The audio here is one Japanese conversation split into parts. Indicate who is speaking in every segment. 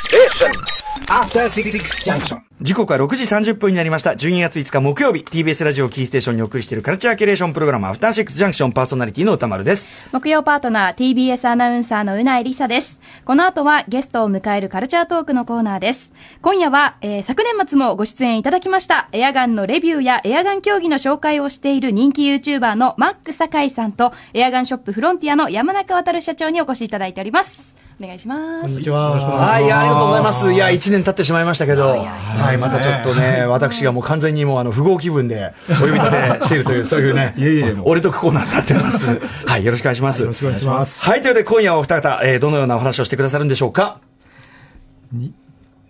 Speaker 1: Station.
Speaker 2: After Six Junction.
Speaker 3: 時刻は6時30分になりました。12月5日木曜日、TBS ラジオキーステーションにお送りしているカルチャーキュレーションプログラム、アフターシックスジャンクションパーソナリティの歌丸です。
Speaker 4: 木曜パートナー TBS アナウンサーのうないりさです。この後はゲストを迎えるカルチャートークのコーナーです。今夜は、えー昨年末もご出演いただきましたエアガンのレビューやエアガン競技の紹介をしている人気 YouTuber のマック酒井さんとエアガンショップフロンティアの山中渉社長にお越しいただいております。お願いします。
Speaker 5: こんにちは。
Speaker 3: はい、ありがとうございます。いや、1年経ってしまいましたけど、はい、またちょっとね、私がもう完全にもう、あの、不合気分で、お呼び立てしているという、 そういうね、
Speaker 5: いえいえもう
Speaker 3: 俺とコーナーになっております。はい、よろしくお願いします。
Speaker 5: よろしくお願いします。
Speaker 3: はい、ということで、今夜はお二方、えーどのようなお話をしてくださるんでしょうか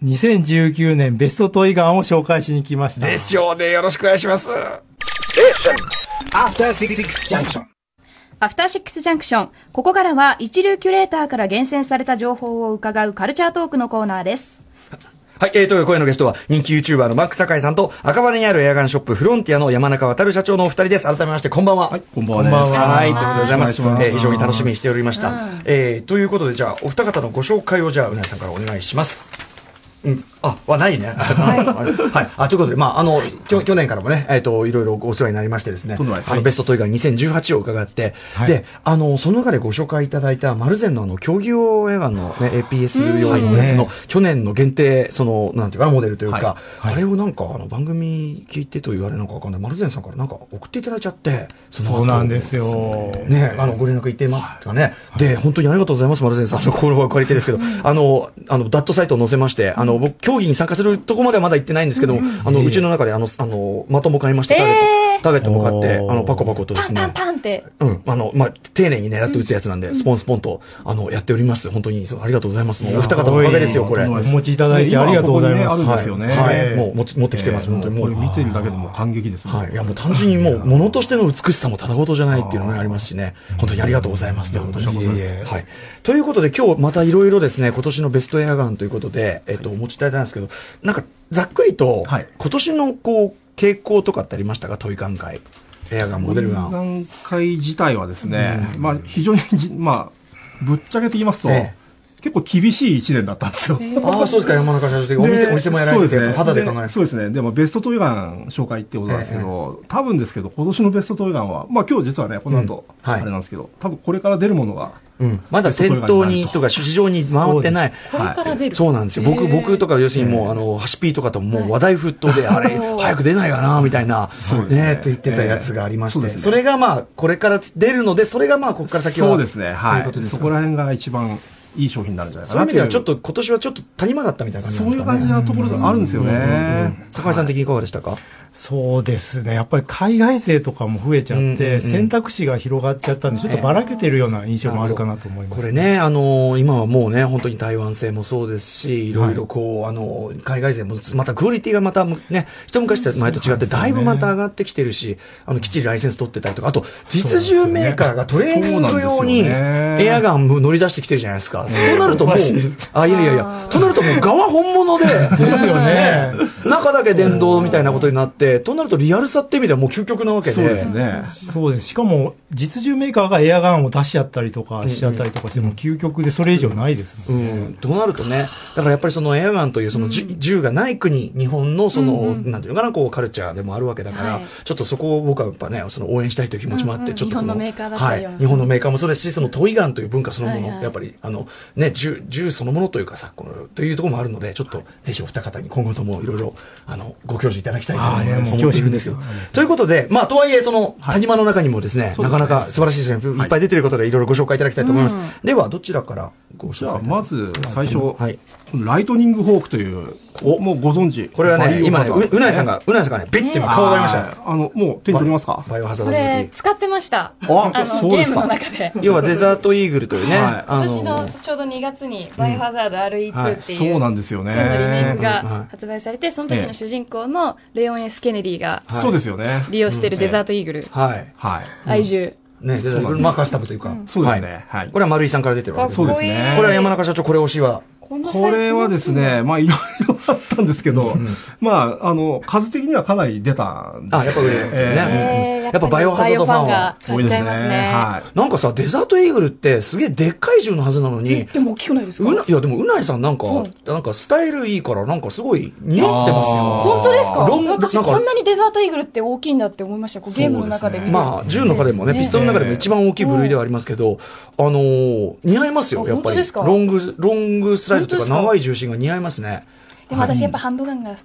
Speaker 5: 2019年ベストトイガンを紹介しに来ました。
Speaker 3: ですよね、よろしくお願いします。
Speaker 1: Station.
Speaker 2: After Six Junction.
Speaker 4: アフターシックスジャンクション。ここからは一流キュレーターから厳選された情報を伺うカルチャートークのコーナーです。
Speaker 3: はい、えー、という声のゲストは、人気 YouTuber のマック酒井さんと、赤羽にあるエアガンショップ、フロンティアの山中渉社長のお二人です。改めまして、こんばんは。はい、
Speaker 6: こんばんはです
Speaker 3: はい、ということでございます。
Speaker 5: お願いします
Speaker 3: えー非常に楽しみにしておりました。えーということで、じゃあ、お二方のご紹介を、じゃあ、うなぎさんからお願いします。うん、あ、はないね。 はい、はい、あ、ということで、まあ、あの、きょ去年からもね、えっ、と、いろいろお世話になりましてですね。
Speaker 6: とんでもないです
Speaker 3: あの、ベストトイガー2018を伺って、
Speaker 5: はい
Speaker 3: で、あの、その中でご紹介いただいた、マルゼンのあの、競技用映画のね、APS 用のやつの、去年の限定、その、なんていうかな、モデルというか、
Speaker 5: はいはい
Speaker 3: あれをなんか、あの、番組聞いてと言われるのかわかんない、マルゼンさんからなんか送っていただいちゃって、その後
Speaker 5: そうなんですよ。。
Speaker 3: ね、あの、ご連絡いってますかね。で、本当にありがとうございます、マルゼンさん。あの、この場を借りてですけど、あの、あの、ダットサイトを載せまして、あの、僕、競技に参加するとこまではまだ行ってないんですけども、あの、うちの中で、あの、あの、的も買いまして、ターゲッ
Speaker 4: え
Speaker 3: ト、ターゲットも買って、
Speaker 5: おー
Speaker 3: あの、パコパコとで
Speaker 4: パ
Speaker 3: す
Speaker 4: ンパン
Speaker 3: ね。
Speaker 4: パンって。
Speaker 3: うん。あの、まあ、丁寧にね、やって打つやつなんで、スポンスポンと、あの、やっております。本当に、そうありがとうございます。もうお二方のおかげですよ、これ。
Speaker 6: とんでも
Speaker 3: は
Speaker 6: ないです
Speaker 5: お持ちいただいてありがとうございます
Speaker 6: ね今ここにねあるんですよね。
Speaker 3: はい。もう持ち持ってきてます、本当にも
Speaker 6: こ
Speaker 3: う
Speaker 6: れ。見てるだけでも感激ですもん
Speaker 3: はい、いやもう単純にもう、ものとしての美しさもただごとじゃないっていうのもありますしね、本当にありがとうございますということです。
Speaker 6: いえいえ
Speaker 3: はい、ということで、今日またいろいろですね、今年のベストエアガンということで、えっと、お持ちいただいたんですけど、なんか、ざっくりと、
Speaker 6: はい
Speaker 3: 今年のこう、傾向とかってありましたか、トイガン界。エアガン、モデルガン。
Speaker 6: 段階自体はですね、まあ非常にじ、まあ、ぶっちゃけて言いますと、
Speaker 3: え
Speaker 6: 結構厳しい一年だったんですよ。
Speaker 3: ああ、そうですか、山中社長的にお店、
Speaker 6: で
Speaker 3: お店もやられてて、
Speaker 6: そうすね
Speaker 3: 肌で考え
Speaker 6: そうですね。でもベストトイガン紹介ってことなんですけど、多分ですけど、今年のベストトイガンは、まあ今日実はね、この後、
Speaker 3: うんはい
Speaker 6: あれなんですけど、多分これから出るものが、
Speaker 3: うん、まだ店頭にとか市場に回ってない。
Speaker 6: これから
Speaker 3: 出るそうなんですよ。僕、僕とか、要するにもう、あの、ハシピーとかとももう話題沸騰で、あれ、早く出ないかな、みたいな、
Speaker 6: そうですね
Speaker 3: ね、って言ってたやつがありまし
Speaker 6: ええそう
Speaker 3: て、
Speaker 6: ですね
Speaker 3: それがまあ、これから出るので、それがまあ、ここから先は。
Speaker 6: そうですね。は
Speaker 3: ということ
Speaker 6: い。
Speaker 3: です
Speaker 6: そ
Speaker 3: か
Speaker 6: こら辺が一番いい商品になるんじゃないか
Speaker 3: そういう意
Speaker 6: な
Speaker 3: 味
Speaker 6: ってい
Speaker 3: で
Speaker 6: う
Speaker 3: は、ちょっと今年はちょっと谷間だったみたいな感じ
Speaker 6: そ
Speaker 3: な
Speaker 6: うん
Speaker 3: です
Speaker 6: いう
Speaker 3: か
Speaker 6: 感じ
Speaker 3: ね。
Speaker 6: なところがあるんですよね。
Speaker 3: 坂井さん的にいかがでしたか
Speaker 5: そうですね。やっぱり海外勢とかも増えちゃ
Speaker 3: うん
Speaker 5: っ
Speaker 3: うんうん
Speaker 5: て、選択肢が広がっちゃったんで、ちょっとばらけてるような印象もあるかなと思います。
Speaker 3: これね、あの今はもうね、本当に台湾製もそうですし、いろいろこう、あの海外勢も、またクオリティがまたね、一昔と前と違って、だいぶまた上がってきてるし、あの、きっちりライセンス取ってたりとか、あと、実銃メーカーがトレーニング用に、
Speaker 6: そうなんですよね
Speaker 3: エアガンも乗り出してきてるじゃないですか。となるともう、あ、いやいやいや、となるともう、側本物で、
Speaker 5: ですよね。
Speaker 3: 中だけ電動みたいなことになって、となるとリアルさって意味ではもう究極なわけで。
Speaker 6: そうですね。
Speaker 5: そうです。しかも、実銃メーカーがエアガンを出しちゃったりとかしちゃったりとかしても、究極でそれ以上ないです
Speaker 3: う
Speaker 5: もんね。
Speaker 3: ん、となるとね、だからやっぱりそのエアガンというそのじゅ、銃がない国、日本のその、なんていうのかな、こうカルチャーでもあるわけだから、
Speaker 4: はい
Speaker 3: ちょっとそこを僕はやっぱね、その応援したいという気持ちもあって、
Speaker 4: うんうん
Speaker 3: ちょっとこ
Speaker 4: 日本のメーカーだった
Speaker 3: は
Speaker 4: りはい
Speaker 3: い、日本のメーカーもそうですし、そのトイガンという文化そのもの、
Speaker 4: はいはい
Speaker 3: やっぱりあの、ね、銃、銃そのものというかさ、この、というところもあるので、ちょっとぜひお二方に今後ともいろいろ、あの、ご教示いただきたいと思い
Speaker 5: あーいや
Speaker 3: ま
Speaker 5: も
Speaker 3: す。
Speaker 5: う
Speaker 3: 思っているんですよ
Speaker 5: 恐縮です
Speaker 3: ということで、まあ、とはいえ、その、谷間の中にもですね、
Speaker 6: そう
Speaker 3: な
Speaker 6: です
Speaker 3: か
Speaker 6: ね
Speaker 3: なか素晴らしいですね、いっぱい出てることでいろいろご紹介いただきたいと思います。では、どちらからご
Speaker 6: じ
Speaker 3: 紹介
Speaker 6: ゃあ、
Speaker 3: いただきま
Speaker 6: ますず最初、
Speaker 3: はい
Speaker 6: ライトニングホークという、
Speaker 3: お
Speaker 6: もうご存知。
Speaker 3: これは
Speaker 6: バイ
Speaker 3: ね、
Speaker 6: オ
Speaker 3: 今
Speaker 6: ハ
Speaker 3: ね、
Speaker 6: ザード
Speaker 3: ううなえさんが、うなえさんがね、ビッて今顔がありましたね。
Speaker 6: あの、もう手に取りますか
Speaker 3: バイオハザー
Speaker 7: こ
Speaker 3: ド
Speaker 7: れ
Speaker 3: 好
Speaker 7: 使ってました
Speaker 6: あ
Speaker 7: あの
Speaker 6: そう
Speaker 7: ゲ
Speaker 6: で
Speaker 7: ー
Speaker 6: す
Speaker 7: ムの
Speaker 6: か
Speaker 7: 中で
Speaker 3: き。要はデザートイーグルというね、
Speaker 6: はい
Speaker 3: あ
Speaker 7: 今年の
Speaker 3: の、
Speaker 7: ちょうど2月に「バイオハザード RE2」っていう、
Speaker 6: そうなんですよね。
Speaker 7: そのリメイク
Speaker 3: はい
Speaker 7: が発売されてその時の主人公のレオン・ S ・ケネディが
Speaker 3: はい
Speaker 6: そうですよね。
Speaker 7: 利用しているデザートイーグル、
Speaker 3: はい。
Speaker 6: はい。
Speaker 7: 愛獣
Speaker 3: ね、デザートイーグル、まあカスタムというか。
Speaker 6: そうですね。はい。
Speaker 3: これは丸井さんから出てるわけです
Speaker 6: そう
Speaker 3: ね。
Speaker 6: ですね
Speaker 3: これは山中社長、これ推しは。
Speaker 7: こんなサイズ
Speaker 6: これはですね、まあいろいろあったんですけど、まあ、あの、数的にはかなり出たんです
Speaker 3: あ、やっぱ売れるね、
Speaker 7: えー
Speaker 3: やっぱバイオハザードファンは。
Speaker 6: 多い
Speaker 7: 買っ
Speaker 6: ですね。
Speaker 7: ちゃいますね
Speaker 6: はい。
Speaker 3: なんかさ、デザートイーグルってすげえでっかい銃のはずなのに、
Speaker 7: でも大きくないですか
Speaker 3: うな、いやでもうないさんなんか、なんかスタイルいいから、なんかすごい似合ってますよ。
Speaker 6: あー
Speaker 7: 本当ですか
Speaker 3: ロング
Speaker 7: 私
Speaker 3: なんか
Speaker 7: こんなにデザートイーグルって大きいんだって思いましたこうゲームの中で見て
Speaker 3: まあ、銃の中でもね、
Speaker 7: ね
Speaker 3: ピストルの中でも一番大きい部類ではありますけど、あのー似合いますよ、
Speaker 7: あ
Speaker 3: やっぱ
Speaker 7: 本当
Speaker 3: り。
Speaker 7: ですか
Speaker 3: ロング、ロングスライドというか、
Speaker 7: 本当ですか
Speaker 3: 長い重心が似合いますね。
Speaker 7: でも私やっぱハンドガンがもっ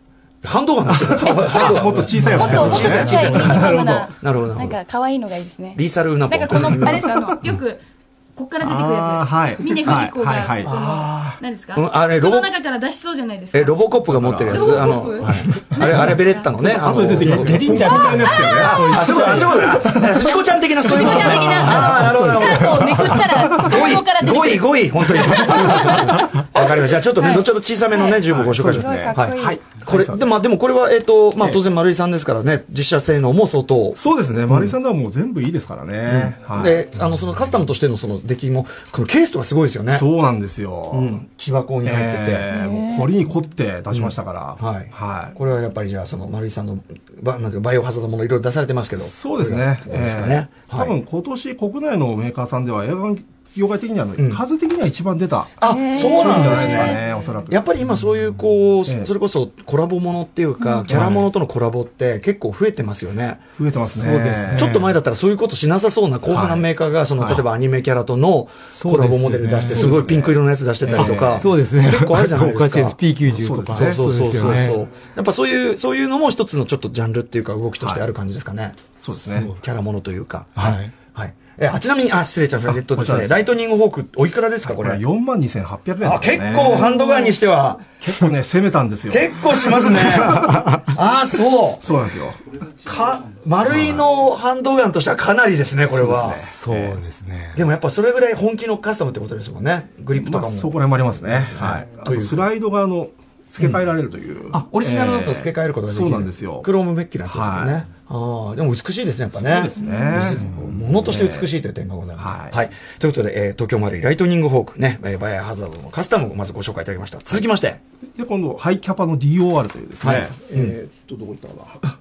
Speaker 3: ハンドガンなんです よ。ハンドガン
Speaker 6: もっと小さいやつ
Speaker 7: と
Speaker 6: が
Speaker 7: も
Speaker 6: 欲
Speaker 7: っと
Speaker 6: しい
Speaker 7: ちっ
Speaker 6: ね
Speaker 7: ちゃいミニマムな
Speaker 3: なるほど、なる
Speaker 7: なん
Speaker 3: ほど。
Speaker 7: か可愛いのがいいですね
Speaker 3: リーサルウナポ
Speaker 7: なんかこのあれですあのよくこっから出てくるやつ
Speaker 6: あー
Speaker 7: です、
Speaker 6: はい
Speaker 7: 峰不二子が、
Speaker 6: はいはいはい
Speaker 7: この何ですか、
Speaker 3: うんあれロ
Speaker 7: こ
Speaker 3: ボ
Speaker 7: の中から出しそうじゃないですか
Speaker 3: え、ロボコップが持ってるや
Speaker 7: ロ
Speaker 3: つ。
Speaker 7: ボ
Speaker 3: あ
Speaker 7: コッ
Speaker 3: の、
Speaker 7: プ
Speaker 3: はいあれ、あれベレッタのね、あ
Speaker 6: あ
Speaker 3: の
Speaker 6: と、で出てきますけど。
Speaker 5: ゲリンジャー
Speaker 6: みたいですけどね。そういう
Speaker 3: あ、そういうことだ、そういうこと だ。藤子ちゃん的な、そういう
Speaker 7: ち
Speaker 3: こ
Speaker 7: ゃ
Speaker 3: と
Speaker 7: ん的
Speaker 3: ね。
Speaker 7: なあ
Speaker 3: あーなるほ
Speaker 7: の
Speaker 3: ど
Speaker 7: スカートをめくったら
Speaker 3: 5
Speaker 7: ここから
Speaker 3: 位、
Speaker 7: 出てく
Speaker 3: 5
Speaker 7: る
Speaker 3: 位、5位、本 当に。わかりました。じゃあちょっとね、
Speaker 7: はい
Speaker 3: 後ほど小さめのね、銃もご紹介します。
Speaker 6: そうですね
Speaker 7: かっこいい
Speaker 3: はい。これ、で、まあ、でもこれは、えっと、まあ、
Speaker 6: ええ
Speaker 3: 当然丸井さんですからね、実写性能も相当。
Speaker 6: そうですね。丸井さんのはもう全部いいですからね。はい。
Speaker 3: で、あの、そのカスタムとしてのその出来も、このケースとかすごいですよね。
Speaker 6: そうなんですよ。
Speaker 3: うん。木箱に入ってて。
Speaker 6: えーもう凝りに凝って出しましたから。
Speaker 3: はい。
Speaker 6: はい。
Speaker 3: これはやっぱりじゃあ、その、丸井さんの、ばなんていうかバイオハザードものいろいろ出されてますけど。
Speaker 6: そうですね。
Speaker 3: これがどうですかね。
Speaker 6: えー
Speaker 3: は
Speaker 6: 多
Speaker 3: い
Speaker 6: 分今年国内のメーカーさんでは映画業界的にはあの
Speaker 3: ん
Speaker 6: 数的には一番出た。
Speaker 3: あ、そうなん
Speaker 6: じゃ
Speaker 3: で
Speaker 6: ない
Speaker 3: す
Speaker 6: ですか
Speaker 3: ね。
Speaker 6: ね、おそらく。
Speaker 3: やっぱり今そういう、こう、そ
Speaker 6: ええ
Speaker 3: それこそコラボものっていうか、キャラものとのコラボって結構増えてますよね。
Speaker 6: 増えてますね。
Speaker 5: そうですね
Speaker 3: ちょっと前だったらそういうことしなさそうな後半なメーカーが、その、
Speaker 6: はい
Speaker 3: 例えばアニメキャラとの
Speaker 5: そう
Speaker 3: コ
Speaker 5: ですよ
Speaker 3: ラボ
Speaker 5: ね
Speaker 3: モデル出して、すごいピンク色のやつ出してたりと
Speaker 6: え
Speaker 3: か、
Speaker 6: え
Speaker 5: そうですね。
Speaker 3: 結構あるじゃないですか。
Speaker 5: P90 とか。
Speaker 3: そうそうそうそう
Speaker 5: です
Speaker 3: そ
Speaker 5: よ
Speaker 3: う、
Speaker 5: ね
Speaker 3: やっぱそういう、そういうのも一つのちょっとジャンルっていうか動きとしてある感じですかね。
Speaker 6: そうですね。
Speaker 3: キャラものというか。
Speaker 5: はい。
Speaker 3: はい。え、あ、ちなみに、あ、失礼ちゃん、えっとです
Speaker 6: こちらで
Speaker 3: ね、
Speaker 6: す
Speaker 3: ライトニングホーク、おいくらですか、こ
Speaker 6: こ
Speaker 3: れ。
Speaker 6: れ4万2800円だ
Speaker 3: あ、
Speaker 6: ったね
Speaker 3: 結構ハンドガンにしては、
Speaker 6: 結構ね、攻めたんですよ。
Speaker 3: 結構し ますね。あ、そ
Speaker 6: そうなんですよ。
Speaker 3: う。か、丸いのハンドガンとしてはかなりですね、これは。
Speaker 6: そうですね
Speaker 5: そうですね。
Speaker 3: でもやっぱそれぐらい本気のカスタムってことですもんね。グリ ップと
Speaker 6: ま
Speaker 3: か
Speaker 6: あ、
Speaker 3: も。
Speaker 6: そこら辺もありますね。はい。あ
Speaker 3: という
Speaker 6: と、スライドが、あの、付け替えられるという。
Speaker 3: あ、オリジナルだと付け替えることができる。
Speaker 6: そうなんですよ。
Speaker 3: クロームメッキのやつですよね。
Speaker 6: は
Speaker 3: ああ、でも美しいですね、やっぱね。
Speaker 6: そうですね
Speaker 3: ものとして美しいという点がございます。は、
Speaker 6: はいい
Speaker 3: ということで、えー東京丸いライトニングホークね、えーバイアハザードのカスタムをまずご紹介いただきました。続きまして。
Speaker 6: で、今度、ハイキャパの DOR というですね。
Speaker 3: はい
Speaker 6: えーっと、どこ行ったかな。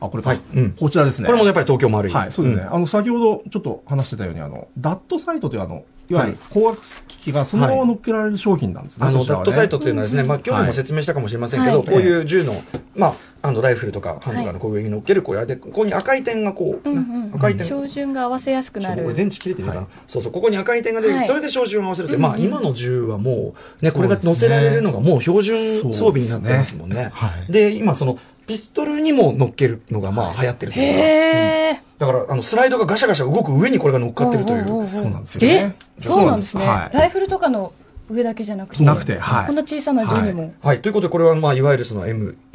Speaker 6: あ、これか。
Speaker 3: はいうん
Speaker 6: こちらですね。
Speaker 3: これもやっぱり東京丸い。
Speaker 6: はい、そうですね。あの、先ほどちょっと話してたように、あの、ダットサイトという、あの、いわゆる高額機器がそのまま乗っけられる商品なんですね。
Speaker 3: あの
Speaker 6: こちら
Speaker 3: ダッ
Speaker 6: はね
Speaker 3: トサイトというのはですね、まあ、今日も説明したかもしれませんけど、
Speaker 7: はい
Speaker 3: こういう銃の,、まあ、あのライフルとかハンドガンのこう上に乗っけるこうやでここに赤い点がこう、
Speaker 7: うんうん
Speaker 3: 赤い点
Speaker 7: 照準が合わせやすくな
Speaker 3: これ
Speaker 7: る
Speaker 3: 電池切れてるかな、そうそうここに赤い点が出て、
Speaker 7: はい
Speaker 3: それで照準を合わせるって、まあ今の銃はもうねこれが載せられるのがもう標準装備になってますもんねで
Speaker 5: はい
Speaker 3: 今そのピストルにも乗っけるのがまあ流行ってるというか
Speaker 7: へえ
Speaker 3: だからあのスライドがガシャガシャ動く上にこれが乗っかってるという
Speaker 6: そうなんですよ
Speaker 7: え
Speaker 6: ね
Speaker 7: そうなんですね
Speaker 6: そうなんですはい
Speaker 7: ライフルとかの上だけじゃなくて
Speaker 6: なくてはい
Speaker 7: こんな小さな銃にも
Speaker 3: はい。ということで、これは、まあ、いわゆるその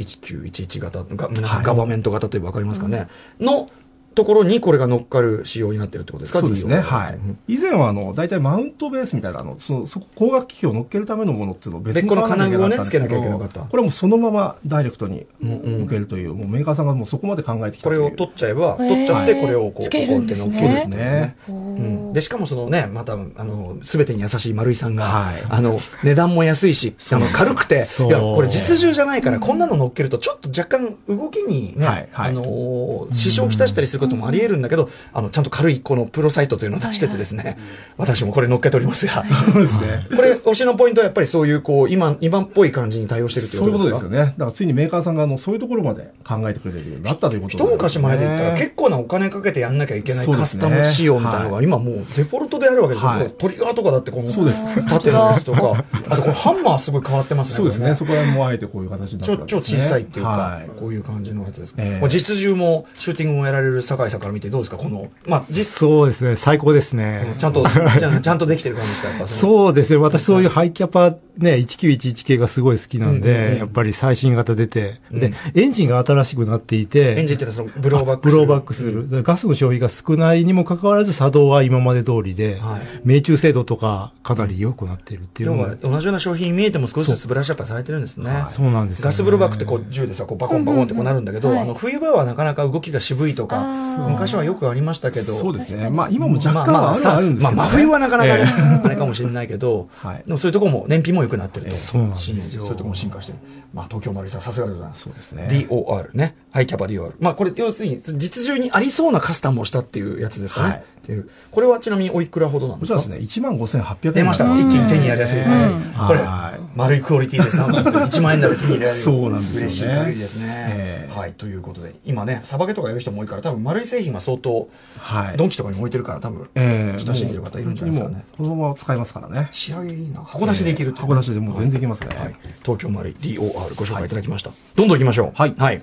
Speaker 3: M1911 型、が皆さん、
Speaker 6: はい
Speaker 3: ガバメント型というわかりますかね、のところにこれが乗っかる仕様になってるってことですか
Speaker 6: そうですね。
Speaker 3: DOR
Speaker 6: はい
Speaker 3: うん。
Speaker 6: 以前は、あの、大体マウントベースみたいな、あの、その、そこ、光学機器を乗っけるためのものっていうのを別
Speaker 3: 別個の
Speaker 6: の
Speaker 3: 金具をねつけなきゃいけなかった
Speaker 6: これはもうそのままダイレクトに
Speaker 3: んうん
Speaker 6: 向けるという、もうメーカーさんがもうそこまで考えてきた
Speaker 3: こと
Speaker 6: い
Speaker 3: れ
Speaker 6: う。
Speaker 3: を取っちゃえば、
Speaker 7: へー
Speaker 3: 取っちゃって、これをこう、
Speaker 7: つけるんですね
Speaker 3: ここってい
Speaker 6: そ
Speaker 3: ううのを
Speaker 6: ですね。
Speaker 3: うんでしかもそのね、また、あの、すべてに優しい丸井さんが、
Speaker 6: はい
Speaker 3: あの、値段も安いし、あの、軽くて、
Speaker 5: そう
Speaker 3: いや、これ実銃じゃないから、こんなの乗っけると、ちょっと若干動きにね、
Speaker 6: はいはい
Speaker 3: あのー、支障をきたしたりすることもあり得るんだけど、あの、ちゃんと軽いこのプロサイトというのを出しててですね、私もこれ乗っけておりますが、
Speaker 6: そうですね。
Speaker 3: これ、推しのポイントはやっぱりそういう、こう、今、今っぽい感じに対応してるという
Speaker 6: そういう
Speaker 3: こ
Speaker 6: ことと
Speaker 3: で
Speaker 6: ですす
Speaker 3: か
Speaker 6: よね。だからついにメーカーさんがあのそういうところまで考えてくれるようになったということ
Speaker 3: 一昔前で言ったら
Speaker 6: 結
Speaker 3: 結構なお金かけてやんなきゃいけない
Speaker 6: そう
Speaker 3: カ
Speaker 6: で
Speaker 3: ス
Speaker 6: すね
Speaker 3: タム仕様みたいなのが
Speaker 6: は
Speaker 3: 今もうデフォルトであるわけですよ。
Speaker 6: はい
Speaker 3: こうトリガーとかだってこの
Speaker 6: そうです
Speaker 3: 縦のやつとか、あとこれハンマーすごい変わってますね。
Speaker 6: そうです
Speaker 3: これ
Speaker 6: ね。そこら辺もあえてこういう形にな
Speaker 3: ち
Speaker 6: った
Speaker 3: ょ
Speaker 6: んですね
Speaker 3: 超小さいっていうか
Speaker 6: は、
Speaker 3: こういう感じのやつです
Speaker 6: え
Speaker 3: ね
Speaker 6: え。
Speaker 3: もう実銃もシューティングもやられる酒井さんから見てどうですかこの、まあ実、
Speaker 5: そうですね。最高ですね。
Speaker 3: ちゃん と、ちゃんちゃんとできてる感じですかやっぱの
Speaker 5: そうですね。私そういうハイキャパね、1911系がすごい好きなんで、やっぱり最新型出て、で、エンジンが新しくなっていて、
Speaker 3: エンジンってのはそのブローバック
Speaker 5: ブ
Speaker 3: す
Speaker 5: ロ
Speaker 3: る。
Speaker 5: ーバックする。だからガスの消費が少ないにもかかわらず、作動は今まで通りで、
Speaker 3: はい
Speaker 5: 命中精度とかかなり良くなってるっていう
Speaker 3: 要
Speaker 5: の
Speaker 3: は
Speaker 5: が、
Speaker 3: 同じような商品見えても少しずつブラッシュアップされてるんですね。
Speaker 5: そうなんですよね
Speaker 3: ガスブロバックってこう銃でさ、こうバコンバコンってこうなるんだけど、
Speaker 7: うんうんうん
Speaker 3: あの冬場はなかなか動きが渋いとか、昔はよくありましたけど、
Speaker 6: そうですね。まあ今も若
Speaker 3: まあ
Speaker 6: 干
Speaker 3: ま
Speaker 6: は
Speaker 3: あ
Speaker 6: あるはあるんです
Speaker 3: さ
Speaker 6: けど、
Speaker 3: まあ真冬はなかなかね、あれかもしれないけど、
Speaker 6: はい
Speaker 3: でもそういうところも燃費も良くなってると。
Speaker 5: そうなんです
Speaker 3: シ
Speaker 5: よ
Speaker 3: リーズそういうところも進化してる。まあ、東京マルサさすがでございます。
Speaker 6: そうですね
Speaker 3: DOR ね。ハイキャパ DOR。まあ、これ、要するに、実情にありそうなカスタムをしたっていうやつですかね。
Speaker 6: はい
Speaker 3: っていうこれはちなみにおいくらほどなん
Speaker 6: こ
Speaker 3: で
Speaker 6: ち
Speaker 3: す
Speaker 6: ら
Speaker 3: か
Speaker 6: ですね、1万5800円。
Speaker 3: 出ました。一気に手にやりやすい感じ。これ
Speaker 6: はい、
Speaker 3: 丸いクオリティで3月、1万円なら手に入れられる。
Speaker 6: そうなんです
Speaker 3: 嬉しい
Speaker 6: よね
Speaker 3: 限りですね
Speaker 6: え。え
Speaker 3: はい、ということで、今ね、サバゲとかやる人も多いから、多分丸い製品は相当、
Speaker 6: はい
Speaker 3: ドンキとかに置いてるから、多分、
Speaker 6: ええ
Speaker 3: 親しんでる方いるんじゃないですかね。
Speaker 6: もう本当にもうこのまま使いますからね。
Speaker 3: 仕上げいいな。箱出しでいけるという
Speaker 6: ええ箱出しでもう全然いけますね
Speaker 3: はい東京丸い DOR ご紹介いただきました。どんどん行きましょう。
Speaker 6: はい
Speaker 3: はい。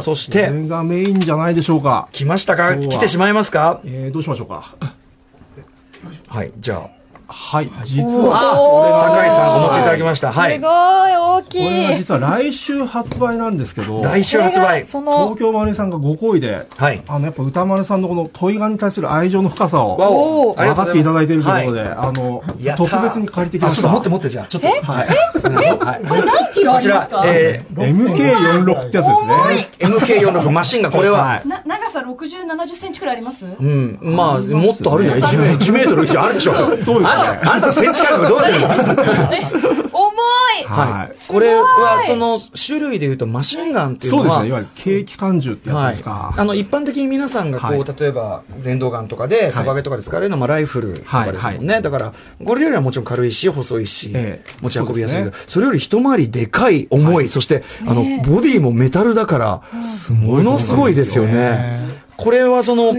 Speaker 3: そし
Speaker 6: こ
Speaker 3: て、
Speaker 6: れがメインじゃないでしょうか。
Speaker 3: 来ましたか
Speaker 6: 今日は
Speaker 3: 来てしまいますか
Speaker 6: えー、どうしましょうか。
Speaker 3: はい、じゃ
Speaker 6: はい、実
Speaker 3: あ。
Speaker 6: は、
Speaker 3: あ酒井さんお持ちいただきました。は
Speaker 7: す
Speaker 3: い
Speaker 7: ごい。大
Speaker 6: これ
Speaker 7: き
Speaker 6: が
Speaker 7: い。
Speaker 6: 実は来週発売なんですけど、
Speaker 3: 来週発売。
Speaker 7: そ
Speaker 6: 東
Speaker 7: の、
Speaker 6: 京マネさんがご好意で、
Speaker 3: はい
Speaker 6: あの、やっぱ歌丸さんのこの問いがに対する愛情の深さを、
Speaker 3: わお
Speaker 6: 分かっていただいているということで、
Speaker 3: は
Speaker 6: あの
Speaker 3: や、ったー
Speaker 6: 特別に借りてきました。
Speaker 3: あちょっと持って持ってじゃあ、ちょっと。はい。え、これ何
Speaker 7: キロありますか
Speaker 3: こちら、え
Speaker 6: MK46 ってやつですね。
Speaker 3: ー、MK46 マシンがこれは、
Speaker 7: な長さ60、70センチくらいあります
Speaker 3: うん、まあ、もっとあるんじゃない ?1 メ1メートル以上あるでしょ。そうですね。あんたのセンチ感覚どうなってるの
Speaker 7: 重い
Speaker 6: はい。
Speaker 3: これは、その、種類で言うとマシンガンっていうの
Speaker 6: そう
Speaker 3: は、
Speaker 6: ですね、いわゆる景気感銃ってやつです
Speaker 3: は
Speaker 6: か
Speaker 3: い、。あの一般的に皆さんがこう、
Speaker 6: はい
Speaker 3: 例えば電動ガンとかで、サバゲとかで使われるのは、まあ、ライフルとかですもんね、だから、これよりはもちろん軽いし、細いし、
Speaker 6: ええ
Speaker 3: 持ち運びやすいけ
Speaker 6: そ
Speaker 3: ど
Speaker 6: うです
Speaker 3: それより一回りでかい、重い、そしてあの、ボディもメタルだから、ものすごいですよね。これはその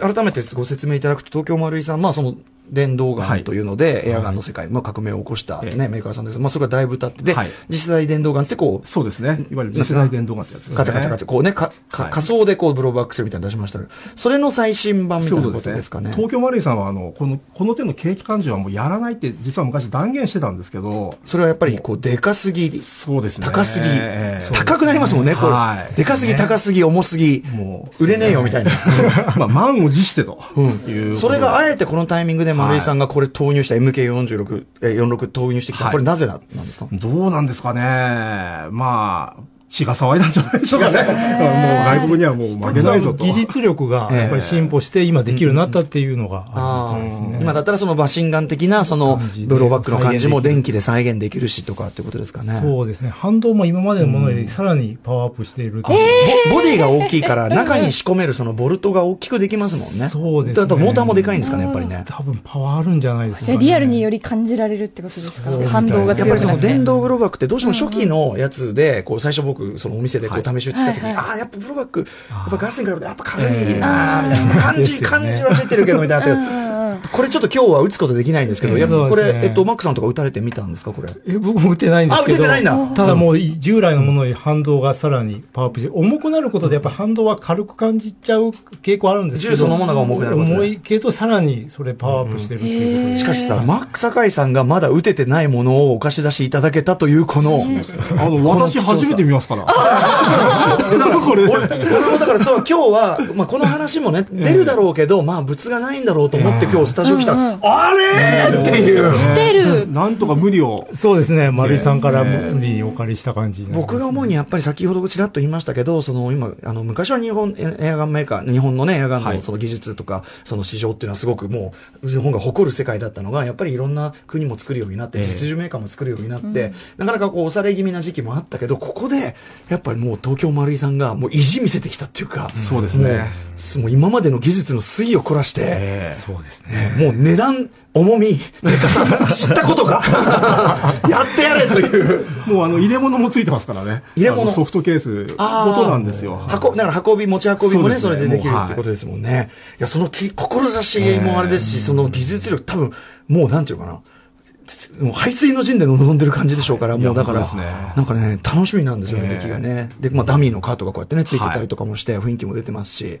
Speaker 3: 改めてご説明いただくと、東京丸井さん、まあ、その電動ガンというので、エアガンの世界、まあ、革命を起こした、ね
Speaker 6: ええ
Speaker 3: メーカーさんです、まあ、それがだいぶ経って、で
Speaker 6: はい
Speaker 3: 次世代電動ガンってこう、
Speaker 6: そうですね、いわゆる次世代電動ガンってやつですね。
Speaker 3: カチャカチャカチャ、こうね、かか
Speaker 6: はい
Speaker 3: 仮想でこうブローバックするみたいなの出しましたけど、それの最新版みたい
Speaker 6: そう
Speaker 3: な
Speaker 6: いう
Speaker 3: こ
Speaker 6: ことと
Speaker 3: で
Speaker 6: ですす
Speaker 3: か
Speaker 6: ね。
Speaker 3: ね。
Speaker 6: 東京マリーさんは、あの、この、この手の景気感情はもうやらないって、実は昔断言してたんですけど、
Speaker 3: それはやっぱりこう、でかすぎ、
Speaker 6: そうですね。
Speaker 3: 高すぎ
Speaker 6: ええ、
Speaker 3: 高くなりますもんね、こ
Speaker 6: は
Speaker 3: れ。
Speaker 6: い
Speaker 3: でかすぎ、
Speaker 6: ね
Speaker 3: 高すぎ、重すぎ、
Speaker 6: もう
Speaker 3: 売れねえよみたいな。
Speaker 6: まあ、満を持してと。いう
Speaker 3: それが
Speaker 6: あ
Speaker 3: あえてこのタイミングで丸井さんがこれ投入した MK46、えー46投入してきた、
Speaker 6: はい
Speaker 3: これなぜななんですか
Speaker 6: どうなんですかね。まあ、血が騒いだんじゃないでしょうかね。もう外国にはもう負けないぞと。
Speaker 5: 技術力がやっぱり進歩して、今できるようになったっていうのがあるみたいですね。
Speaker 3: 今だったらそのマシンガン的なその
Speaker 5: 感じで
Speaker 3: ブローバックの感じも
Speaker 5: 再現できる
Speaker 3: 電気で再現できるしとかってことですかね。
Speaker 5: そうですね。反動も今までのものよりさらにパワーアップしているという
Speaker 3: ボボディが大きいから、中に仕込めるそのボルトが大きくできますもんね。
Speaker 5: そうですね
Speaker 3: あとモーターもでかいんですかね、やっぱりね。
Speaker 5: 多分パワーあるんじゃないですか、ね。
Speaker 7: じゃあリアルにより感じられるってことですか
Speaker 5: そう
Speaker 7: 反動
Speaker 3: や
Speaker 7: が強
Speaker 3: っ
Speaker 7: く
Speaker 3: ぱ
Speaker 7: な
Speaker 3: り
Speaker 7: る
Speaker 3: その電動ブローバックってどうしても初期のやつで、こう最初僕、そのお店でこう試し打ちした時に、ああ、やっぱブローバック、やっぱガスに比べてやっぱ軽いなーみたいな感
Speaker 5: で
Speaker 3: じ、
Speaker 5: すよね
Speaker 3: 感じは出てるけどみたいな。これちょっと今日は打つことできないんですけど、
Speaker 5: ええ
Speaker 3: やっぱこ
Speaker 5: そう
Speaker 3: れ
Speaker 5: で、すね
Speaker 3: えっと、マックさんとか打たれてみたんですか、これ。
Speaker 5: え、僕も打てないんですけど。
Speaker 3: あ打ててないんだ
Speaker 5: ただもう従来のものより反動がさらにパワーアップして、重くなることでやっぱ反動は軽く感じちゃう傾向あるんですけど。
Speaker 3: 銃そのものが重くなることで
Speaker 5: 重いけどさらにそれパワーアップしてるっていうことで
Speaker 3: しかしさ、マック坂井さんがまだ打ててないものをお貸し出しいただけたという、この。
Speaker 6: あの、私初めて見ま すから。これ。
Speaker 3: 俺俺もだからそう今日は、まあ、この話もね出るだろうけど、まあ、物がないんだろうと思って今日スタジオ来たら、あれーっていう、
Speaker 7: 来てる
Speaker 6: なんとか無理を。
Speaker 5: そうですね。丸井さんから無理にお借りした感じになります
Speaker 3: 僕が思うにやっぱり先ほどちらっと言いましたけどその今あの昔は日本エエアガンメーカー日本のねエアガンのその技術とか、その市場っていうのはすごくもう日本が誇る世界だったのがやっぱりいろんな国も作るようになって、実需メーカーも作るようになって、なかなかこう押され気味な時期もあったけどここでやっぱりもう東京丸井さんがもう意地見せてきたっていうか、
Speaker 6: そうですね
Speaker 3: もうすもう今までの技術の粋を凝らして。
Speaker 6: ええ
Speaker 5: そうですね。
Speaker 3: ねもう値段、重み、 でかさ、知ったことか、 やってやれという、
Speaker 6: もうあの、入れ物もついてますからね。
Speaker 3: 入れ物
Speaker 6: あのソフトケースご
Speaker 3: あー
Speaker 6: となんですよ。
Speaker 3: 運だから運び、持ち運びもね、そ
Speaker 6: そうですね
Speaker 3: れでできる
Speaker 6: もう
Speaker 3: ってことですもんね。い、や、そのき志もあれですし、その技術力、多分もうなんていうかな、つつもう排水の陣で臨んでる感じでしょうから、もうだから、
Speaker 6: いや本当ですね
Speaker 3: なんかね、楽しみなんですよね、
Speaker 6: ええ
Speaker 3: 出来がね。で、まあ、ダミーのカートがこうやってね、ついてたりとかもして、雰囲気も出てますし、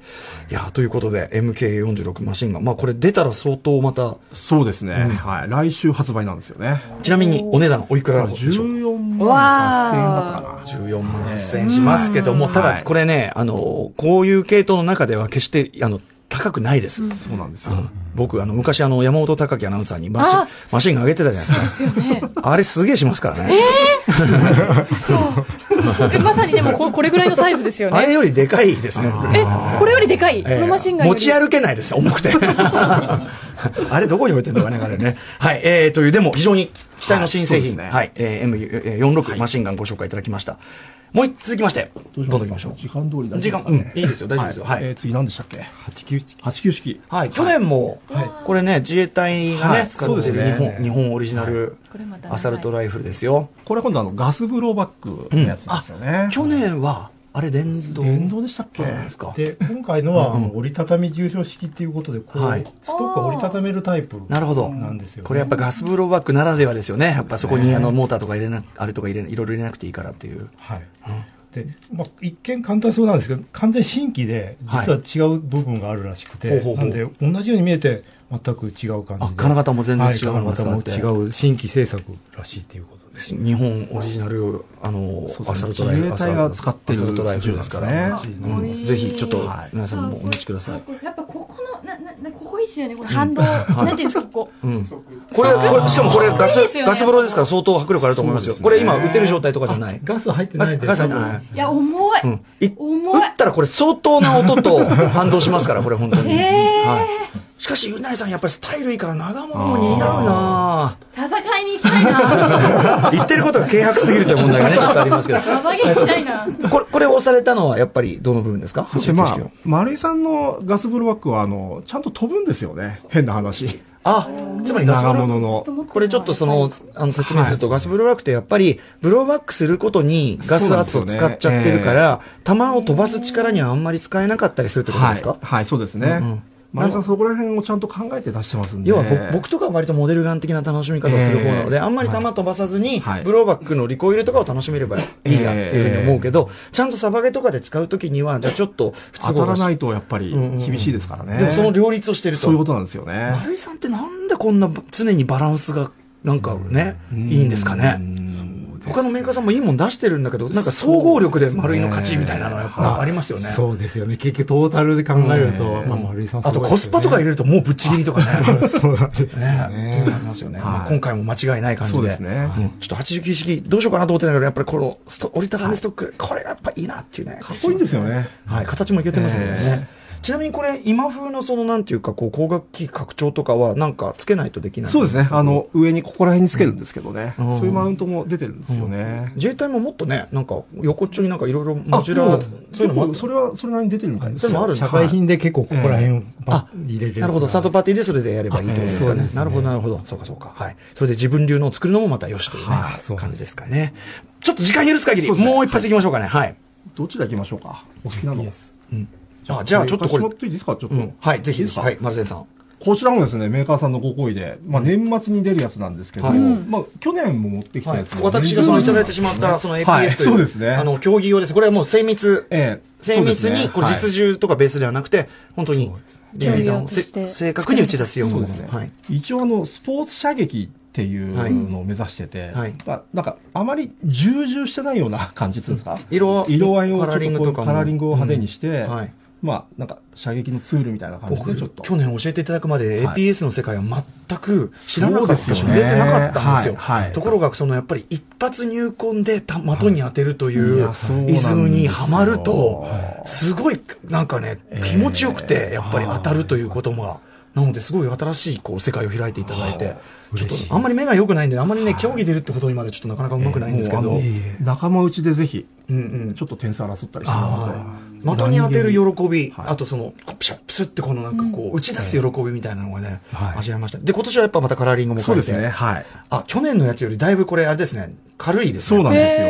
Speaker 3: いや、ということで、MK46 マシンガン、まあ、これ出たら相当また、
Speaker 6: そうですね。はい。来週発売なんですよね。
Speaker 3: ちなみにお値段おいくらでしょうか
Speaker 6: 14万
Speaker 7: わー
Speaker 6: 8000円だったかな。
Speaker 3: 14万8000円しますけども、ただこれね、あの、こういう系統の中では決して、あの、高くないです。
Speaker 6: そうなんです
Speaker 3: う
Speaker 6: よ
Speaker 3: ん。僕、あの、昔、あの、山本隆樹アナウンサーにマシン
Speaker 7: あ、
Speaker 3: マシンが上げてたじゃないですか。
Speaker 7: ですよね。
Speaker 3: あれすげえしますからね。
Speaker 7: えまさにでもここれぐらいのサイズですよ
Speaker 3: あれ
Speaker 7: ね。
Speaker 3: よりでかいですね。
Speaker 7: え、これよりでかい、
Speaker 3: ええ
Speaker 7: このマシンガンよ
Speaker 3: 持
Speaker 7: り
Speaker 3: ち歩けないです、重くて。あれどこに置いてんのかね、あれね。はい、えー、という、でも非常に期待の新製品、は、
Speaker 6: はいい
Speaker 3: えー、M46 マシンガンご紹介いただきました。もう一続きまして、どんどん行きましょう。
Speaker 6: 時間通りだ
Speaker 3: 時間、うん、いいですよ、大丈夫ですよ。はい。
Speaker 6: えー次何でしたっけ
Speaker 5: 89式。
Speaker 6: ?89 式。
Speaker 3: はい、去年も、これね、自衛隊がね、
Speaker 6: はい
Speaker 3: 使
Speaker 6: そう
Speaker 3: っ
Speaker 6: で
Speaker 3: て
Speaker 6: す
Speaker 3: る
Speaker 6: ね
Speaker 3: 日本,、日本オリジナル
Speaker 7: これまた
Speaker 3: アサルトライフルですよ。
Speaker 6: これは今度あのガスブローバックのやつなんですよね。
Speaker 3: 去年は、あれ、電動。
Speaker 6: 電動でしたっけ
Speaker 3: なんですか。
Speaker 5: で、今回のは、あの折りたたみ重症式っていうことで、こう、
Speaker 3: はい
Speaker 5: ストックを折りたためるタイプ。
Speaker 3: なるほど。
Speaker 5: なんですよね
Speaker 3: これやっぱガスブローバックならではですよね。やっぱそこにあのモーターとか入れな、あれとか入れな、いろいろ入れなくていいからっていう。
Speaker 5: はい。で、まあ、一見簡単そうなんですけど、完全新規で、
Speaker 3: はい
Speaker 5: 実は違う部分があるらしくて、
Speaker 3: ほうほうほ
Speaker 5: な
Speaker 3: うん
Speaker 5: で、同じように見えて、全く違う感じで。
Speaker 3: あ金型も全然違う
Speaker 5: はい
Speaker 3: のが使って
Speaker 5: 金型も違う、新規制作らしいっていうことです。
Speaker 3: 日本オリジナル、あの、
Speaker 6: そう
Speaker 3: ア
Speaker 6: です
Speaker 3: サ
Speaker 6: ね
Speaker 3: ルトライフル。
Speaker 6: 自衛隊が使ってる
Speaker 3: アサルトライフルですから。
Speaker 6: 銃
Speaker 3: うんぜひちょっと
Speaker 6: はい
Speaker 3: 皆さんもお持ちください。
Speaker 7: やっぱここのなななここいいですよねこ の反動、なんていうんですかここ
Speaker 3: うん、これ、これ、しかもこれガス、
Speaker 7: いいですよね
Speaker 3: ガス風呂ですから相当迫力あると思いますよ。
Speaker 6: そうですね
Speaker 3: これ今打てる状態とかじゃない。
Speaker 5: ガス入って
Speaker 3: ガ
Speaker 5: ない
Speaker 3: ス、
Speaker 5: んで。
Speaker 3: ガス入ってない。
Speaker 7: いや重い、
Speaker 3: うん。い
Speaker 7: 重い
Speaker 3: 打ったらこれ相当な音と反動しますから、これ本当に。
Speaker 7: へー
Speaker 3: はい。しかし、うなりさんやっぱりスタイルいいから長物も似合うなぁ
Speaker 7: 戦いに行きたい な
Speaker 3: 言ってることが軽薄すぎるという問題 がね、ちょっとありますけど。
Speaker 7: 暴げに行きたいな
Speaker 3: これ、これを押されたのはやっぱりどの部分ですか
Speaker 6: そしてま
Speaker 3: 集
Speaker 6: あ
Speaker 3: 中式を、
Speaker 6: 丸井さんのガスブローバックは、あの、ちゃんと飛ぶんですよね。変な話。
Speaker 3: あ、つまりガス
Speaker 6: 長
Speaker 3: 風呂
Speaker 6: 物の。
Speaker 3: これちょっとその、あの説明すると、ガスブローバックってやっぱり、ブローバックすることにガス圧を使っちゃってるから、弾を飛ばす力にはあんまり使えなかったりするってことですか、
Speaker 6: はい、はい、そうですね。
Speaker 3: うん
Speaker 6: 丸井さんそこら辺をちゃんと考えて出してますんで。
Speaker 3: 要はぼ、僕とかは割とモデルガン的な楽しみ方をする方なので、
Speaker 6: ええ
Speaker 3: あんまり弾飛ばさずに、
Speaker 6: はい
Speaker 3: ブローバックのリコイルとかを楽しめればいいやっていうふうに思うけど、ちゃんとサバゲとかで使うときには、じゃあちょっと不
Speaker 6: 当
Speaker 3: 都合
Speaker 6: た
Speaker 3: が
Speaker 6: ら
Speaker 3: し
Speaker 6: ないとやっぱり厳しいですからね。
Speaker 3: でもその両立をしてると。
Speaker 6: そういうことなんですよね。
Speaker 3: 丸井さんってなんでこんな常にバランスが、なんかね、いいんですかね。他のメーカーさんもいいもん出してるんだけど、なんか総合力で丸井の勝ちみたいなのはやっぱありますよね。
Speaker 5: そうですよね。結局、トータルで考えると、まあ、丸井さん
Speaker 3: あとコスパとか入れるともうぶっちぎりとかね。
Speaker 5: る。そうなんですよね。
Speaker 3: ね、ってなりますよね、
Speaker 6: はい
Speaker 3: まあ今回も間違いない感じで
Speaker 6: そうですね
Speaker 3: うんちょっと89式どうしようかなと思ってたけどやっぱりこのスト折りたたみストック、これがやっぱいいなっていうね
Speaker 6: かっこいいんですよね。
Speaker 3: はい、形もいけてますよね、
Speaker 6: え
Speaker 3: ちなみにこれ今風のそのなんていうかこう光学機拡張とかはなんかつけないとできない
Speaker 6: そうですね。あの、上にここら辺につけるんですけどね。
Speaker 3: うん
Speaker 6: そういうマウントも出てるんですよね。
Speaker 3: 自衛隊ももっとねなんか横っちょになんかいろいろモジュラーそ
Speaker 6: そうう
Speaker 3: いうのもあった
Speaker 6: それは、それなりに出てるみたいで
Speaker 3: そ
Speaker 6: す
Speaker 3: れもあるんです
Speaker 5: 社
Speaker 3: か
Speaker 5: 会品で結構ここら辺を
Speaker 3: あ
Speaker 5: ば入れれる。
Speaker 3: なるほど、サードパーティーでそれでやればいいってことですか
Speaker 5: あええそう
Speaker 3: ね
Speaker 5: で。すね
Speaker 3: なるほど、なるほど。そうか、そうか。はい。それで自分流のを作るのもまたよしというね
Speaker 5: はいそうです
Speaker 3: 感じですかね。ちょっと時間許す限り、
Speaker 6: そうですね
Speaker 3: もう一発いきましょうかね。はい。
Speaker 6: どちら行きましょうか。お好きなの。
Speaker 3: あじゃあ、ちょっとこれ
Speaker 6: 貸し、てもらっていいですかちょっと。
Speaker 3: うんはい、ぜ
Speaker 6: い
Speaker 3: ひ
Speaker 6: い
Speaker 3: ぜ
Speaker 6: です
Speaker 3: ひ、
Speaker 6: か
Speaker 3: はい、丸善さん。
Speaker 6: こちらもですね、メーカーさんのご好意で、まあ年末に出るやつなんですけど、
Speaker 3: はい
Speaker 6: まあ去年も持ってきたやつも、
Speaker 3: 私がそのいただいてしまった、その
Speaker 6: はい
Speaker 3: APS という、
Speaker 6: そうですね
Speaker 3: あの、競技用です。これはもう精密、
Speaker 6: ええ
Speaker 3: 精密に、これ実銃とかベースではなくて、本当に、
Speaker 7: ですね
Speaker 3: ええ
Speaker 7: 競技用として
Speaker 3: せ正確に打ち出すような
Speaker 6: そう
Speaker 3: も
Speaker 6: ですね。
Speaker 3: の。はい。
Speaker 6: 一応あの、スポーツ射撃っていうのを目指してて、
Speaker 3: はい
Speaker 6: まあなんか、あまり重々してないような 感じっていうんですか
Speaker 3: 色
Speaker 6: 色合いをちょっとこう
Speaker 3: カラーリングとかも
Speaker 6: カラーリングを派手にして、
Speaker 3: うんはい
Speaker 6: まあ、なんか、射撃のツールみたいな感じ
Speaker 3: 僕
Speaker 6: で、ちょっと。
Speaker 3: 去年教えていただくまで
Speaker 6: はい
Speaker 3: APS の世界は全く知らなかったし、
Speaker 6: そうですよ
Speaker 3: 触
Speaker 6: ね
Speaker 3: れてなかったんですよ、
Speaker 6: はいはい
Speaker 3: ところがそのやっぱり一発入魂でた的に当てると
Speaker 6: い
Speaker 3: いう
Speaker 6: やそうなん
Speaker 3: イ
Speaker 6: ですよ
Speaker 3: ズムにはまるとすごいなんかね気持ちよくてやっぱり当たるということが。なのですごい新しいこう世界を開いていただいて、ちょっとあんまり目が良くないんで、あんまりね、競技出るってことにまでちょっとなかなかうまくないんですけ
Speaker 6: もう
Speaker 3: ど
Speaker 6: あの、仲間内でぜひ、
Speaker 3: うんうん
Speaker 6: ちょっと点数争ったりしても
Speaker 3: あ
Speaker 6: らって
Speaker 3: あ的に当てる喜び、
Speaker 6: はい
Speaker 3: あとその、プシャップシュってこのなんかこう、打ち出す喜びみたいなのがね、
Speaker 5: はい
Speaker 3: 味わえました。で、今年はやっぱまたカラーリングも
Speaker 6: そ
Speaker 3: 変え
Speaker 6: うで
Speaker 3: て。
Speaker 6: すね。はい。
Speaker 3: あ、去年のやつよりだいぶこれあれですね、軽いですね。
Speaker 6: そうなんです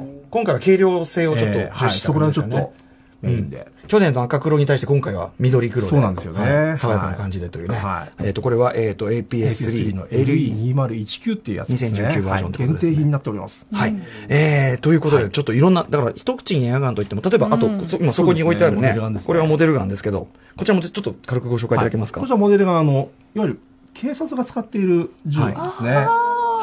Speaker 6: よ。
Speaker 3: 今回は軽量性をちょっと
Speaker 6: ええは
Speaker 3: 重
Speaker 6: い、
Speaker 3: 視した
Speaker 6: そこ
Speaker 3: 感
Speaker 6: ら
Speaker 3: じで
Speaker 6: 辺
Speaker 3: す
Speaker 6: ち
Speaker 3: か
Speaker 6: ょっ
Speaker 3: ね。
Speaker 6: とメインで。
Speaker 3: 去年の赤黒に対して今回は緑黒で。
Speaker 6: そうなんですよね
Speaker 3: はい爽やかな感じでというね。
Speaker 6: はい
Speaker 3: えっ、と、これは、えっ、と、APS3 の LE。
Speaker 6: LE2019 っていうやつですね。
Speaker 3: 2019バージョンってことですね
Speaker 6: はい限定品になっております。
Speaker 3: はい。えー、ということで、ちょっといろんな、だから一口にエアガンといっても、例えば、あと、そ今そこに置いてあるね
Speaker 6: そうですねモデルガンですね
Speaker 3: これはモデルガンですけど、こちらもちょっと軽くご紹介いただけますか。
Speaker 6: はいこちらモデルが、あの、いわゆる警察が使っている銃なんですね。
Speaker 3: はい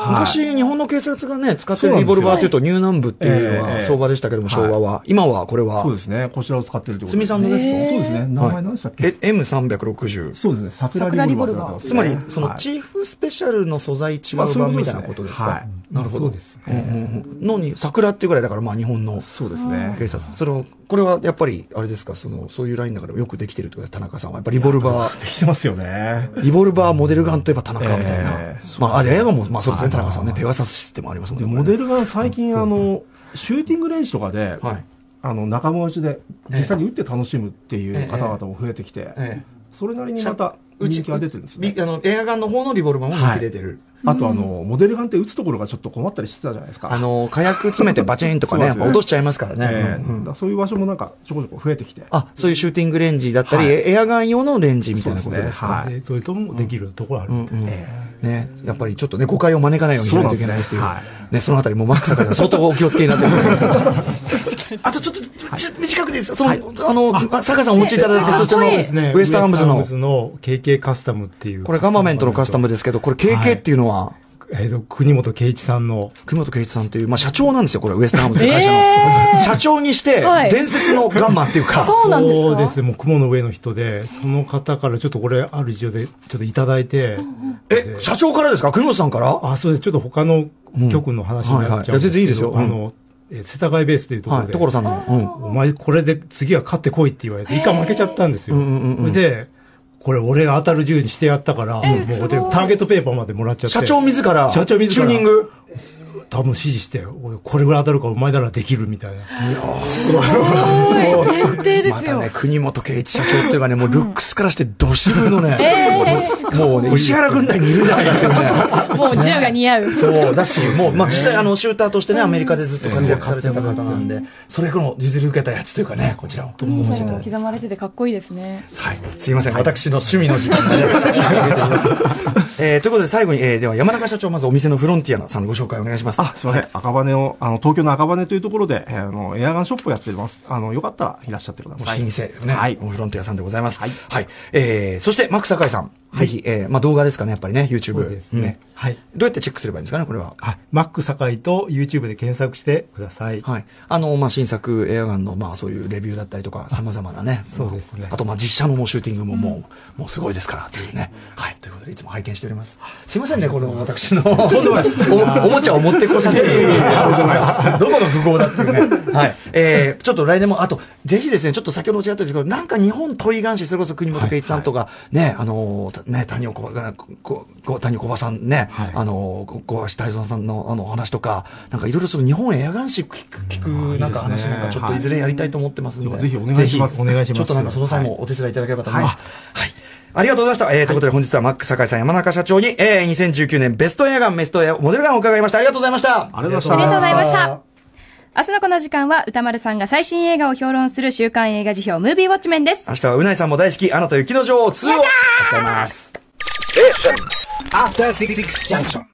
Speaker 3: 昔、日本の警察がね、使ってるリボルバーっていうと、ニューナンブっていうの
Speaker 6: えええ
Speaker 3: は
Speaker 6: え
Speaker 3: 相場でしたけども、
Speaker 6: はい
Speaker 3: 昭和は。今はこれは
Speaker 6: そう、ですね。こちらを使ってるってこと
Speaker 3: 鷲見さんのです
Speaker 6: へーそうですね。名前何でしたっけ、
Speaker 3: え M360。
Speaker 6: そうですね。桜リボルバーって
Speaker 3: つ
Speaker 6: な
Speaker 3: ま
Speaker 6: って
Speaker 3: り
Speaker 6: ますね、
Speaker 3: その
Speaker 6: はい
Speaker 3: チーフスペシャルの素材違う
Speaker 6: まあそうい
Speaker 3: 版み
Speaker 6: うことで
Speaker 3: た
Speaker 6: す
Speaker 3: い
Speaker 6: ね
Speaker 3: なことです
Speaker 6: は
Speaker 3: か
Speaker 6: い。
Speaker 3: なるほど。
Speaker 5: そうです
Speaker 3: うんうんうんのに、桜っていうぐらいだから、まあ日本の
Speaker 6: そうですね。
Speaker 3: 警察。それをこれはやっぱり、あれですか、その、そういうラインだからよくできてるってことです、田中さんは。やっぱリボルバ ー。
Speaker 6: できてますよね。
Speaker 3: リボルバー、モデルガンといえば田中みたいな。
Speaker 6: ええ
Speaker 3: まあ、あれ、映画も、まあそうですね、田中さんね、ペガサスシステムありますもん
Speaker 6: で
Speaker 3: ね。
Speaker 6: モデ
Speaker 3: ル
Speaker 6: ルが最近、あの、シューティングレンジとかで、
Speaker 3: はい。
Speaker 6: あの、仲間内で実際に撃って楽しむっていう方々も増えてきて、
Speaker 3: ええ
Speaker 6: それなりにまた人気が出てるんですね
Speaker 3: び。あの、映画館の方のリボルバーも人気出てる。
Speaker 6: あと、あの、モデルガンって撃つところがちょっと困ったりしてたじゃないですか。
Speaker 3: あの、火薬詰めてバチンとかね、や
Speaker 6: そ
Speaker 3: っ
Speaker 6: うですね
Speaker 3: ぱ落としちゃいますから
Speaker 6: ええ、
Speaker 3: ね。
Speaker 6: だからそういう場所もなんかちょこちょこ増えてきて。
Speaker 3: あ、そういうシューティングレンジだったり、
Speaker 6: はい
Speaker 3: エアガン用のレンジみたいなことですか。
Speaker 6: はい。
Speaker 5: でそういうともできるところあるんで。
Speaker 3: ね、やっぱりちょっとね、誤解を招かないようにしないといけないっていう。
Speaker 6: そうなんで
Speaker 3: ね、そのあたりもマック坂井さん相当お気をつけになってると思いますけど あとちょっと、ち短くです。その、あの、坂井さんお持ちいただいて、そちらの
Speaker 5: そうですね。
Speaker 3: ウエスタンアームズ
Speaker 5: ウエ
Speaker 3: の
Speaker 5: ス、タンアームズの KK カスタムっていう。
Speaker 3: これガマメントのカスタムですけど、これ KK っていうのは、
Speaker 5: えっと、国本圭一さんの。
Speaker 3: 国本圭一さんという、まあ、社長なんですよ、これ、ウエスタンハムズという会社の。
Speaker 7: えー
Speaker 3: 社長にして
Speaker 7: は、い
Speaker 3: 伝説のガンマンっていうか、
Speaker 7: そうなんですか
Speaker 5: そうですね。もう雲の上の人で、その方からちょっとこれある事情でちょっといただいて、
Speaker 3: え、社長からですか国本さんから
Speaker 5: あ、そうです。ちょっと他の局の話に
Speaker 3: うんは
Speaker 5: なっちゃうん
Speaker 3: いはいいや全然いいですよ
Speaker 5: あの、えー世田谷ベースというとこ
Speaker 3: は
Speaker 5: ろ
Speaker 3: い、
Speaker 5: で。
Speaker 3: 所さんの。
Speaker 5: お前これで次は勝ってこいって言われて、一回負けちゃったんですよ。
Speaker 3: うんうんうんうん
Speaker 5: で、これ俺が当たる銃にしてやったから、もうでターゲットペーパーまでもらっちゃ
Speaker 3: う
Speaker 5: っ
Speaker 3: ん。
Speaker 5: て。
Speaker 3: 社長自ら、
Speaker 5: 社長自ら
Speaker 3: チューニング。
Speaker 5: 多分指示して、俺これぐらい当たるからお前ならできるみたいな。
Speaker 7: ごい限定で
Speaker 3: ますた
Speaker 7: よ
Speaker 3: ね、国本圭一社長っていうかね、もうルックスからしてど渋のね、もうね、石原軍団にいるんじゃないかっていうね。
Speaker 7: もう銃が似合う
Speaker 3: そう、だし、もう、まあ、実際、あの、シューターとしてね、アメリカでずっと活躍されてた方なんで、それこの譲り受けたやつというかね、こちらを。
Speaker 7: いい車両が刻まれててかっこいいですね
Speaker 3: はい、すいません、私の趣味の時間がねえーということで、最後に、えーでは山中社長、まずお店のフロンティアナさんのご紹介お願いします。
Speaker 6: あ、すいません。赤羽を、あの、東京の赤羽というところで、えーあの、エアガンショップをやってます。あの、よかったらいらっしゃってくだ
Speaker 3: もう
Speaker 6: さ
Speaker 3: 老
Speaker 6: い。
Speaker 3: 舗ね、
Speaker 6: はい。
Speaker 3: もうフロンティアさんでございます。は
Speaker 6: はいい。
Speaker 3: えーそして、マック坂井さん、ぜひ、えーまあ、動画ですかね、やっぱりね、YouTube。
Speaker 5: そうですね
Speaker 3: うん
Speaker 5: はい
Speaker 3: どうやってチェックすればいいんですかね、これは。
Speaker 5: はい。マック堺と YouTube で検索してください。
Speaker 3: はい。あの、まあ、新作エアガンの、まあ、そういうレビューだったりとか、様々なね。
Speaker 5: そうですね
Speaker 3: あと、まあ、実写のもうシューティングももう、もうすごいですから、というね。はい。ということで、いつも拝見しております。すいませんね、この私の、おおもちゃを持ってこさせて、どこの富豪だっていうね。はい。えーちょっと来年も、あと、ぜひですね、ちょっと先ほどもちらっと言ったけど、なんか日本問いがんし、それこそ国本圭一さんとか、ね、あのー、たね、谷岡が、ここ谷岡さんね、
Speaker 5: はい
Speaker 3: あの、こ小橋大蔵さんのあのお話とか、なんかいろいろその日本エアガン誌聞く、聞くなんか話なんかちょっといずれやりたいと思ってますんで。
Speaker 6: ぜひお願いします
Speaker 5: お願いします
Speaker 3: ちょっとなんかその際もお手伝いいただければと思います。はい。ありがとうございました。えー、ということで本日はマック坂井さん、山中社長に、えー、2019年ベストエアガン、ベストエア、モデルガンを伺いました。ありがとうございました。
Speaker 6: ありがとうございまし
Speaker 7: あ
Speaker 6: た。
Speaker 7: りがとうございました明日のこの時間は歌丸さんが最新映画を評論する週刊映画辞表ムービーウォッチメンです
Speaker 3: 明日はうないさんも大好き、アナと雪の女王2を扱います。
Speaker 2: After Six Junction.